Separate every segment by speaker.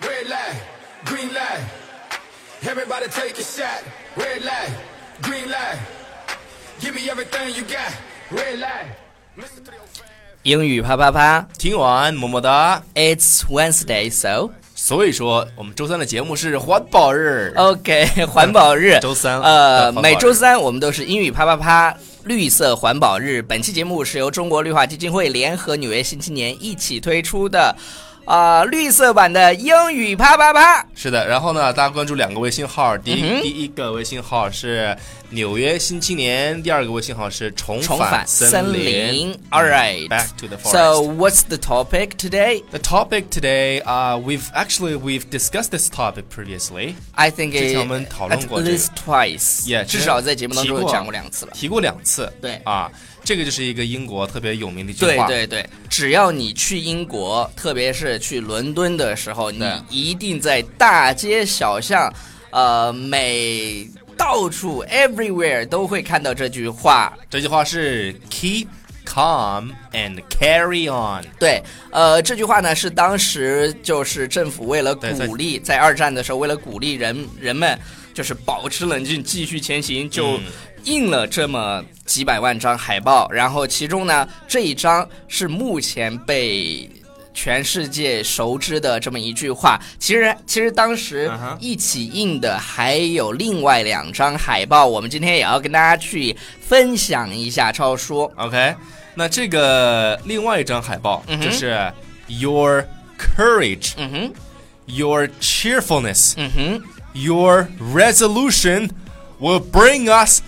Speaker 1: Red light, green light. Everybody take a shot. Red light, green light. Give me everything you got. Red light.
Speaker 2: 英语啪啪啪
Speaker 3: 听完么么哒。
Speaker 2: ，It's Wednesday, so
Speaker 3: 所以说，我们周三的节目是环保日。
Speaker 2: 哦 OK，环保日，
Speaker 3: 周三
Speaker 2: 呃，
Speaker 3: 环保日
Speaker 2: 每周三我们都是英语啪啪啪。绿色环保日，本期节目是由中国绿化基金会联合纽约新青年一起推出的，啊、绿色版的英语啪啪啪。
Speaker 3: 是的，然后呢，大家关注两个微信号，第一、
Speaker 2: 嗯哼
Speaker 3: 第一个微信号是纽约新青年，第二个微信号是重
Speaker 2: 重返
Speaker 3: 森
Speaker 2: 森林。All right.
Speaker 3: back to the forest.
Speaker 2: So what's the topic today?
Speaker 3: The topic today, uh, we've actually we've discussed this topic previously.
Speaker 2: I think
Speaker 3: 之
Speaker 2: it,
Speaker 3: 前我们讨论过
Speaker 2: at
Speaker 3: 这个
Speaker 2: least twice.
Speaker 3: Yeah，
Speaker 2: 至少在节目当中有讲过两次了。
Speaker 3: 提过两次。
Speaker 2: 对
Speaker 3: 啊，这个就是一个英国特别有名的一句
Speaker 2: 对
Speaker 3: 话。
Speaker 2: 对对，只要你去英国，特别是去伦敦的时候，你一定在大街小巷，呃，每到处 everywhere 都会看到这句话。
Speaker 3: 这句话是 Keep calm and carry on。
Speaker 2: 对，呃，这句话呢是当时就是政府为了
Speaker 3: 对在
Speaker 2: 鼓励，在二战的时候为了鼓励人人们就是保持冷静，继续前行，
Speaker 3: 嗯
Speaker 2: 就印了这么几百万张海报。然后其中呢这一张是目前被。全世界熟知的这么一句话，其实其实当时
Speaker 3: 嗯哼
Speaker 2: 一起印的还有另外两张海报，我们今天也要跟大家去分享一下超说。
Speaker 3: OK，那这个另外一张海报
Speaker 2: 嗯哼
Speaker 3: 就是 Your courage,
Speaker 2: 嗯哼，
Speaker 3: Your cheerfulness,
Speaker 2: 嗯哼。
Speaker 3: Your resolution will bring us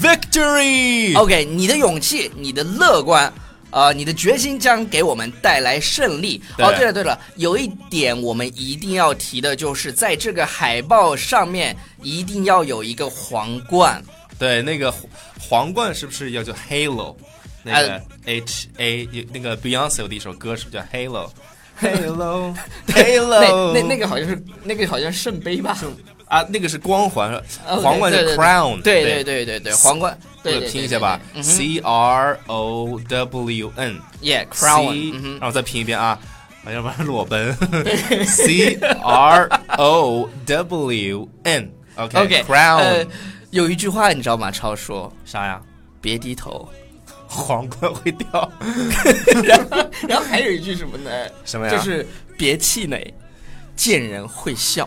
Speaker 3: victory。
Speaker 2: OK，你的勇气，你的乐观。呃，你的决心将给我们带来胜利。
Speaker 3: 对
Speaker 2: 哦，对了对了，有一点我们一定要提的就是，在这个海报上面一定要有一个皇冠。
Speaker 3: 对，那个皇皇冠是不是要叫 Halo？那个 H A 有那个 Beyonce 有的一首歌是不是叫 Halo？Halo，Halo，
Speaker 2: 那那那个好像是那个好像是圣杯吧？
Speaker 3: 啊，那个是光环，
Speaker 2: OK，
Speaker 3: 皇冠
Speaker 2: 对
Speaker 3: 是
Speaker 2: 对
Speaker 3: Crown，
Speaker 2: 对
Speaker 3: 对
Speaker 2: 对对对对，皇冠。对
Speaker 3: 我
Speaker 2: 对，嗯
Speaker 3: 拼一下吧，C R O W N。C，
Speaker 2: ，Yeah，crown。嗯哼
Speaker 3: 让我再拼一遍啊，啊要不然裸 奔。C R O W N。
Speaker 2: OK，呃
Speaker 3: Crown
Speaker 2: 有一句话你知道吗？超说，
Speaker 3: 啥呀？
Speaker 2: 别低头。
Speaker 3: 皇冠会
Speaker 2: 哦
Speaker 3: 掉。
Speaker 2: 然后，然后还有一句什么呢？
Speaker 3: 什么呀
Speaker 2: 就是别气馁，见人会笑。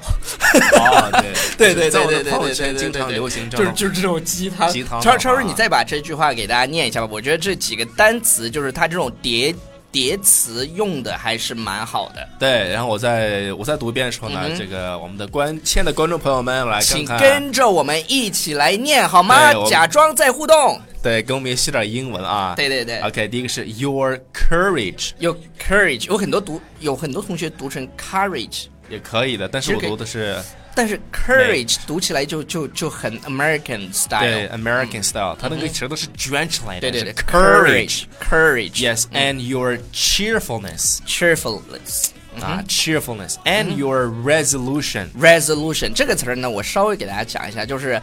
Speaker 3: 哦， 对
Speaker 2: 对对
Speaker 3: 在
Speaker 2: 对
Speaker 3: 我的
Speaker 2: 对对
Speaker 3: 朋友
Speaker 2: 对
Speaker 3: 圈
Speaker 2: 对，
Speaker 3: 经常
Speaker 2: 对
Speaker 3: 流行这
Speaker 2: 就是就
Speaker 3: 种。
Speaker 2: 是这种鸡汤。啊
Speaker 3: 鸡汤
Speaker 2: 超
Speaker 3: 的
Speaker 2: 超
Speaker 3: 话
Speaker 2: 叔，你再把这句话给大家念一下吧。我觉得这几个单词就是它这种叠叠词用的还是蛮好的，
Speaker 3: 对，然后我再我再读一遍的时候呢，这个我们的观亲爱的观众朋友们来
Speaker 2: 嗯
Speaker 3: 看啊
Speaker 2: 请
Speaker 3: 看，
Speaker 2: 跟着我们一起来念好吗
Speaker 3: 对我？们
Speaker 2: 假装在互动。
Speaker 3: 对，跟我们也学点英文啊。
Speaker 2: 对对对
Speaker 3: OK，第一个是 Your courage
Speaker 2: 有 courage，有很多读有很多同学读成 courage，
Speaker 3: 也可以的，但是我
Speaker 2: 其实可以
Speaker 3: 读的是
Speaker 2: 但是 courage 读起来就就就很 American
Speaker 3: 对
Speaker 2: style。
Speaker 3: American style，它那个舌头是卷起来的。
Speaker 2: 对对对
Speaker 3: 是 courage。
Speaker 2: courage
Speaker 3: Yes, and your cheerfulness
Speaker 2: Mm-hmm. cheerfulness
Speaker 3: 啊，cheerfulness and your resolution，
Speaker 2: resolution 这个词儿呢，我稍微给大家讲一下，就是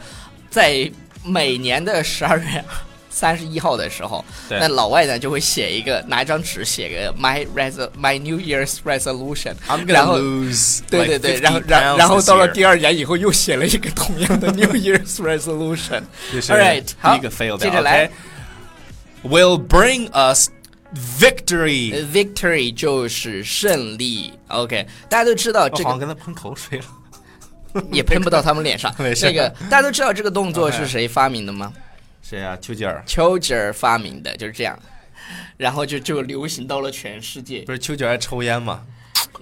Speaker 2: 在每年的十二月 三十一号的时候，
Speaker 3: 对
Speaker 2: 那老外呢就会写一个拿一张纸写个 my res my New Year's resolution，
Speaker 3: I'm
Speaker 2: 然
Speaker 3: gonna
Speaker 2: 后。
Speaker 3: lose
Speaker 2: 对对对，
Speaker 3: like 50
Speaker 2: 然后然
Speaker 3: pounds
Speaker 2: 后然后
Speaker 3: this
Speaker 2: 到了
Speaker 3: year
Speaker 2: 第二年以后又写了一个同样的 New Year's resolution。
Speaker 3: 这是
Speaker 2: All right，
Speaker 3: 第
Speaker 2: 好，
Speaker 3: 一个 fail
Speaker 2: 接
Speaker 3: 掉
Speaker 2: 着来
Speaker 3: OK Will bring us
Speaker 2: Uh,
Speaker 3: victory。
Speaker 2: 呃
Speaker 3: Oh,
Speaker 2: ，victory 就是胜利。OK，大家都知道这个
Speaker 3: 我好像跟他喷口水了。
Speaker 2: 也喷不到他们脸上。
Speaker 3: 没事
Speaker 2: 这个大家都知道这个动作
Speaker 3: OK
Speaker 2: 是谁发明的吗？
Speaker 3: 谁啊？丘吉尔？
Speaker 2: 丘吉尔发明的，就是这样，然后就就流行到了全世界
Speaker 3: 不，是丘吉尔抽烟吗？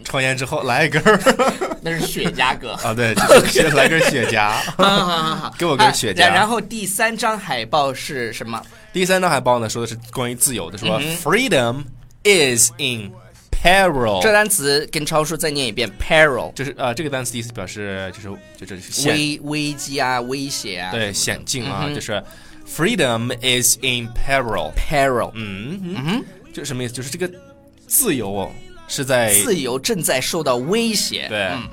Speaker 3: 抽烟之 后来一根儿
Speaker 2: 那是雪茄哥。
Speaker 3: 啊，对，就是先来根雪茄。
Speaker 2: 好好好好，
Speaker 3: 给我根雪茄哦
Speaker 2: 啊然然后第三张海报是什么？
Speaker 3: 第三张海报呢，说的是关于自由的，
Speaker 2: 嗯
Speaker 3: 说 freedom is in peril。
Speaker 2: 这单词跟超叔再念一遍，peril，
Speaker 3: 就是呃，这个单词意思表示就是就是险
Speaker 2: 危危机啊，威胁啊。
Speaker 3: 对险境啊，就是 freedom is in peril。
Speaker 2: ，peril，
Speaker 3: 嗯嗯，就什么意思？就是这个自由哦是在
Speaker 2: 自由正在受到威胁。嗯
Speaker 3: 对、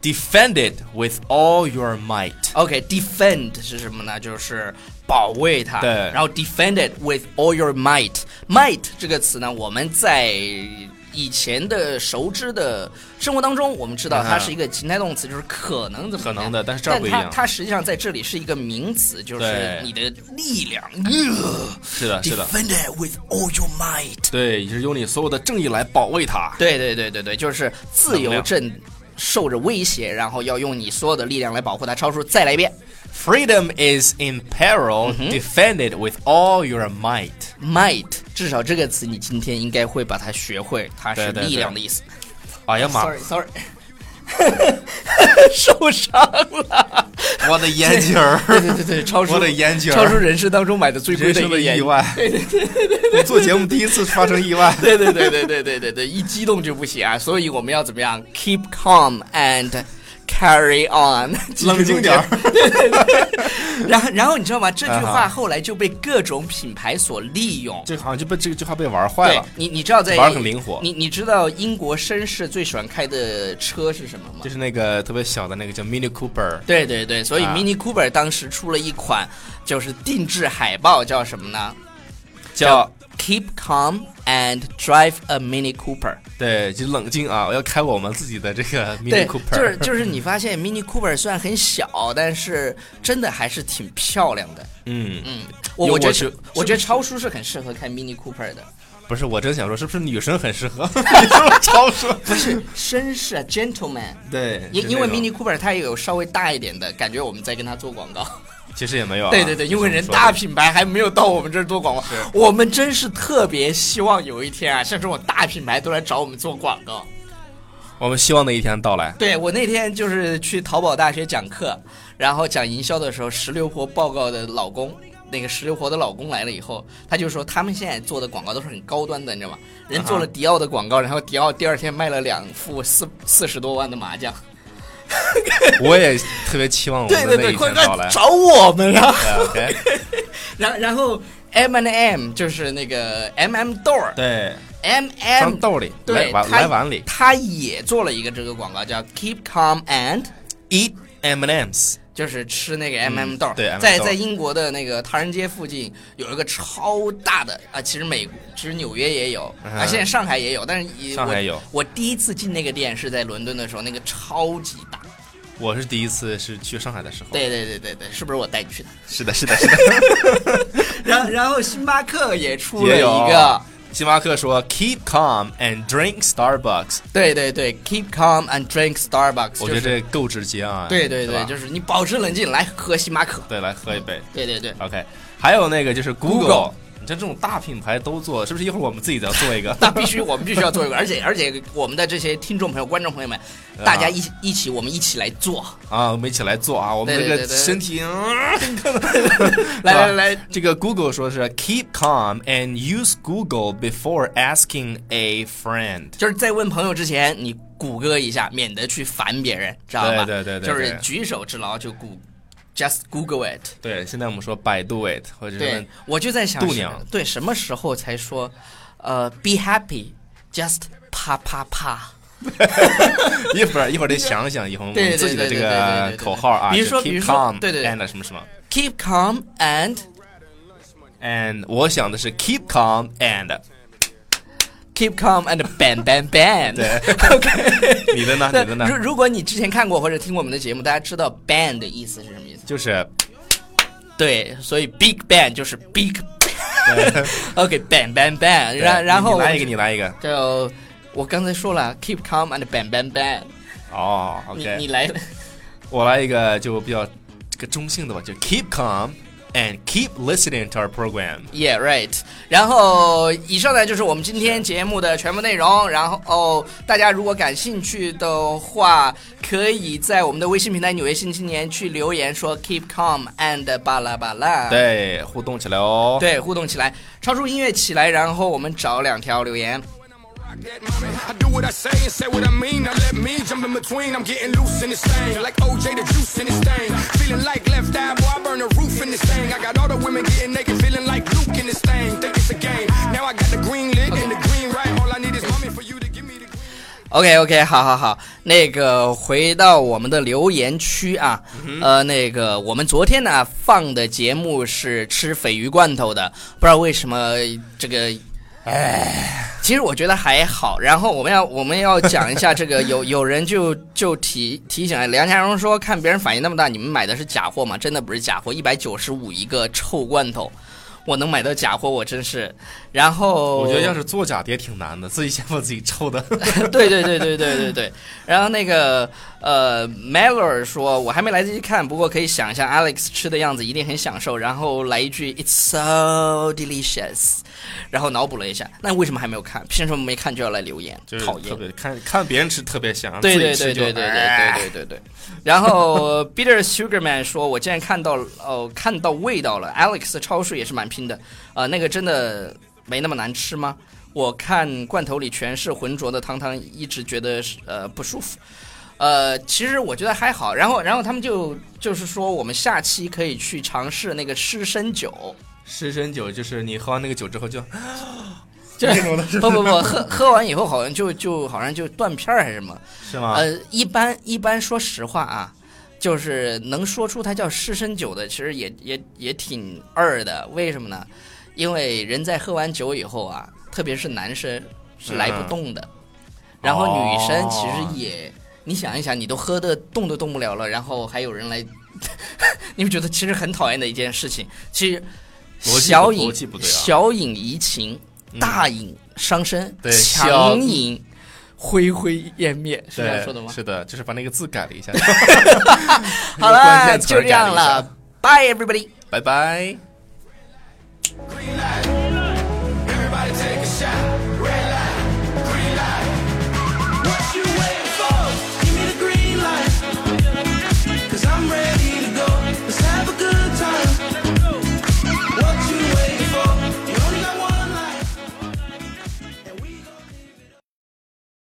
Speaker 3: defend it with all your might。
Speaker 2: 哦 OK，defend、是什么呢？就是保卫它。
Speaker 3: 对
Speaker 2: 然后 defend it with all your might。might 这个词呢，我们在以前的熟知的生活当中，我们知道它是一个情态动词，就是可能怎么
Speaker 3: 啊可能
Speaker 2: 样
Speaker 3: 的，但是这儿
Speaker 2: 但
Speaker 3: 不一
Speaker 2: 它
Speaker 3: 样。
Speaker 2: 它实际上在这里是一个名词，就是
Speaker 3: 对
Speaker 2: 你的力量。呃
Speaker 3: 是的，是的，
Speaker 2: Defend it with all your might。
Speaker 3: 对，你是用你所有的正义来保卫它。
Speaker 2: 对对对对对，就是自
Speaker 3: 能
Speaker 2: 由
Speaker 3: 量
Speaker 2: 阵受着威胁，然后要用你所有的力量来保护它。超叔，再来一遍
Speaker 3: Freedom is in
Speaker 2: 嗯
Speaker 3: peril. Defend it with all your might.
Speaker 2: ，might。至少这个词你今天应该会把它学会，它是
Speaker 3: 对对对
Speaker 2: 力量的意思。
Speaker 3: 哎呀妈，
Speaker 2: Sorry，Sorry，受伤了。
Speaker 3: 我的眼睛 儿，
Speaker 2: 对对对对，超叔
Speaker 3: 我的眼睛儿
Speaker 2: 超叔人生当中买的最贵
Speaker 3: 人
Speaker 2: 的一
Speaker 3: 生
Speaker 2: 个
Speaker 3: 的
Speaker 2: 眼
Speaker 3: 意。外。我做节目第一次发生意外。
Speaker 2: 对对对对对对对对，一激动就不行啊！所以我们要怎么样？Keep calm and carry on，
Speaker 3: 冷静点儿
Speaker 2: 对对对。然后，然后你知道吗？这句
Speaker 3: 啊
Speaker 2: 话后来就被各种品牌所利用。
Speaker 3: 这好像就被这个句话被玩坏
Speaker 2: 对
Speaker 3: 了，，
Speaker 2: 你你知道在
Speaker 3: 玩儿很灵活
Speaker 2: 你你知道英国绅士最喜欢开的车是什么吗
Speaker 3: 就？是那个特别小的那个叫 Mini Cooper，
Speaker 2: 对对对，所以
Speaker 3: 啊
Speaker 2: Mini Cooper 当时出了一款就是定制海报，叫什么呢？
Speaker 3: 叫
Speaker 2: Keep calm and drive a Mini Cooper。
Speaker 3: 对，就冷静啊！我要开我们自己的这个 Mini
Speaker 2: 对，
Speaker 3: Cooper，
Speaker 2: 就是就是你发现 Mini Cooper 虽然很小，但是真的还是挺漂亮的。
Speaker 3: 嗯，
Speaker 2: 嗯，我
Speaker 3: 有
Speaker 2: 我觉
Speaker 3: 我
Speaker 2: 得
Speaker 3: 觉
Speaker 2: 是我觉得超叔是很适合开 Mini Cooper 的，
Speaker 3: 不是，我真想说，是不是女生很适合？ 你说超说，
Speaker 2: 不是绅士啊，gentleman。
Speaker 3: 对，
Speaker 2: 因
Speaker 3: 就
Speaker 2: 因为
Speaker 3: 那种
Speaker 2: Mini Cooper 它也有稍微大一点的感觉，我们在跟他做广告。
Speaker 3: 其实也没有啊，
Speaker 2: 对对对，
Speaker 3: 就
Speaker 2: 因为
Speaker 3: 是
Speaker 2: 人
Speaker 3: 说
Speaker 2: 大品牌还没有到我们这儿做广告，我们真是特别希望有一天啊，像这种大品牌都来找我们做广告。
Speaker 3: 我们希望的一天到来。
Speaker 2: 对我那天就是去淘宝大学讲课，然后讲营销的时候，石榴婆报告的老公，那个石榴婆的老公来了以后，他就说他们现在做的广告都是很高端的，你知道吗？人
Speaker 3: 啊
Speaker 2: 做了迪奥的广告，然后迪奥第二天卖了两副四四十多万的麻将。
Speaker 3: 我也特别期望我
Speaker 2: 对
Speaker 3: 们
Speaker 2: 对
Speaker 3: 的那
Speaker 2: 对，
Speaker 3: 一
Speaker 2: 快快
Speaker 3: 天到来。
Speaker 2: 找我们啊！
Speaker 3: 对，OK，
Speaker 2: 然后然后 M and M 就是那个 M M 豆儿
Speaker 3: 对，
Speaker 2: ，M
Speaker 3: 当
Speaker 2: M
Speaker 3: 道理，来
Speaker 2: 对，
Speaker 3: 碗
Speaker 2: 他
Speaker 3: 来碗里
Speaker 2: 他也做了一个这个广告，叫 Keep Calm and。
Speaker 3: ，Eat M&Ms，
Speaker 2: 就是吃那个 M、m 豆儿，
Speaker 3: 对 M&M
Speaker 2: 在
Speaker 3: 豆儿
Speaker 2: 在英国的那个唐人街附近有一个超大的啊，其实美其实纽约也有、
Speaker 3: 嗯
Speaker 2: 啊，现在上海也有，但是也
Speaker 3: 上海有
Speaker 2: 我。我第一次进那个店是在伦敦的时候，那个超级大。
Speaker 3: 我是第一次是去上海的时候。，
Speaker 2: 对对对对对，是不是我带你去的？
Speaker 3: 是的，是的，是 的，
Speaker 2: 然后然后星巴克也出了
Speaker 3: 也
Speaker 2: 一
Speaker 3: 有
Speaker 2: 个，。
Speaker 3: 星巴克说：“Keep calm and drink Starbucks。
Speaker 2: 对对对，Keep calm and drink Starbucks，”
Speaker 3: 我觉
Speaker 2: 就是
Speaker 3: 得这够直接啊。
Speaker 2: 对对
Speaker 3: 吧
Speaker 2: 对，就是你保持冷静来喝星巴克。
Speaker 3: 对，来喝一杯。
Speaker 2: 对对对，
Speaker 3: OK，还有那个就是
Speaker 2: Google。
Speaker 3: 你像这种大品牌都做，是不是？一会儿我们自己再做一个
Speaker 2: 那必须，我们必须要做一个，而 且而且我们的这些听众朋友、观众朋友们，
Speaker 3: 啊
Speaker 2: 大家一起一起，我们一起来做，
Speaker 3: 啊，我们一起来做啊！我们
Speaker 2: 对
Speaker 3: 这
Speaker 2: 对
Speaker 3: 个
Speaker 2: 对对
Speaker 3: 身体，嗯
Speaker 2: 来来
Speaker 3: 是吧
Speaker 2: 来，
Speaker 3: 这个 Google 说是 keep calm and use Google before asking a friend。
Speaker 2: 就是在问朋友之前，你谷歌一下，免得去烦别人，知道吧？
Speaker 3: 对对对对
Speaker 2: 就是
Speaker 3: 对
Speaker 2: 举手之劳就谷，just Google it。
Speaker 3: 对，现在我们说百度 it，或者
Speaker 2: 对
Speaker 3: 是，
Speaker 2: 我就在想，
Speaker 3: 度娘
Speaker 2: 对什么时候才说，呃，be happy，just 啪啪啪。
Speaker 3: 一会儿一会儿得想想以后我
Speaker 2: 对对
Speaker 3: 们自己的这
Speaker 2: 对对对对对对
Speaker 3: 个口号啊，
Speaker 2: 比如说
Speaker 3: 就
Speaker 2: 比
Speaker 3: keep
Speaker 2: 如说
Speaker 3: calm，
Speaker 2: 对对对
Speaker 3: and 什么什么。
Speaker 2: Keep calm and
Speaker 3: And 我想的是 keep calm and，
Speaker 2: keep calm and bam bam bam。
Speaker 3: 对
Speaker 2: ，OK。
Speaker 3: 你的呢？你的呢？
Speaker 2: 如如果你之前看过或者听过我们的节目，大家知道 ban 的意思是什么意思？
Speaker 3: 就是
Speaker 2: 对，所以 big ban 就是 big ban。OK ban ban ban，
Speaker 3: 对
Speaker 2: 然然后
Speaker 3: 你
Speaker 2: 我
Speaker 3: 来
Speaker 2: 们
Speaker 3: 一个，你来一个。
Speaker 2: 就我刚才说了，keep calm and ban ban ban。
Speaker 3: 哦
Speaker 2: 你
Speaker 3: ，OK，
Speaker 2: 你来，
Speaker 3: 我来一个就比较这个中性的吧，就 keep calm and keep listening to our program。
Speaker 2: Yeah right。然后以上呢就是我们今天节目的全部内容。然后哦，大家如果感兴趣的话，可以在我们的微信平台《纽约新青年》去留言说 keep calm and 巴拉巴拉。。
Speaker 3: 对，互动起来哦。
Speaker 2: 对，互动起来，超出音乐起来，然后我们找两条留言。
Speaker 1: Rock that, mommy. I do what I say and say what I mean. Now let me jump in between. I'm getting loose in this thing, like OJ the juice in this thing. Feeling like left eye, boy, I burn the roof in this thing. I got all the women getting naked, feeling like Luke in this thing. Think it's a game. Now I got the green lit and the green right. All I need is mommy for you to give me the.
Speaker 2: OK OK，好好好，那个回到我们的留言区啊，
Speaker 3: 嗯
Speaker 2: 呃，那个我们昨天呢放的节目是吃鲱鱼罐头的，不知道为什么这个其实我觉得还好。然后我们要我们要讲一下这 个，有有人就就提提醒了梁家荣说，看别人反应那么大，你们买的是假货吗？真的不是假货，一百九十五一个臭罐头，我能买到假货，我真是。然后
Speaker 3: 我觉得要是作假的也挺难的，自己先把自己臭的。
Speaker 2: 对对对对对对对。然后那个呃 m e l l e r 说，我还没来得及看，不过可以想象 Alex 吃的样子，一定很享受。然后来一句 It's so delicious，然后脑补了一下，那为什么还没有看？凭什么没看就要来留言？
Speaker 3: 就是
Speaker 2: 讨
Speaker 3: 特
Speaker 2: 厌。
Speaker 3: 别看看别人吃特别香，
Speaker 2: 对
Speaker 3: 自
Speaker 2: 对
Speaker 3: 己吃
Speaker 2: 对
Speaker 3: 就
Speaker 2: 对对对
Speaker 3: 哎
Speaker 2: 对对对 对。然后 Bitter Sugarman 说：“我竟然看到了哦，看到味道了。Alex 的超市也是蛮拼的，呃，那个真的没那么难吃吗？我看罐头里全是浑浊的汤汤，一直觉得是呃不舒服。呃，其实我觉得还好。然后，然后他们就就是说，我们下期可以去尝试那个湿身 酒。”
Speaker 3: 湿身酒就是你喝完那个酒之 后就
Speaker 2: 就不不不，喝喝完以后好像就就好像就断片儿还是什么，
Speaker 3: 是吗？
Speaker 2: 呃，一般一般，说实话啊，就是能说出它叫湿身酒的，其实也也也挺二的。为什么呢？因为人在喝完酒以后啊，特别是男生是来不动的，
Speaker 3: 嗯
Speaker 2: 然后女生
Speaker 3: 哦
Speaker 2: 其实也，你想一想，你都喝的动都动不了了，然后还有人来， 你们觉得其实很讨厌的一件事情。其实
Speaker 3: 逻辑不
Speaker 2: 小
Speaker 3: 逻
Speaker 2: 饮
Speaker 3: 辑不对啊嗯
Speaker 2: 小饮怡情，大饮伤身，
Speaker 3: 对小
Speaker 2: 强饮灰灰烟灭，是这样
Speaker 3: 对，
Speaker 2: 说的吗？
Speaker 3: 是的，就是把那个字改了一下。
Speaker 2: 好
Speaker 3: 关
Speaker 2: 了，
Speaker 3: 键词
Speaker 2: 就
Speaker 3: 儿
Speaker 2: 这
Speaker 3: 改了
Speaker 2: 样
Speaker 3: 一下
Speaker 2: 了，Bye everybody。
Speaker 3: 拜拜。
Speaker 1: Green light.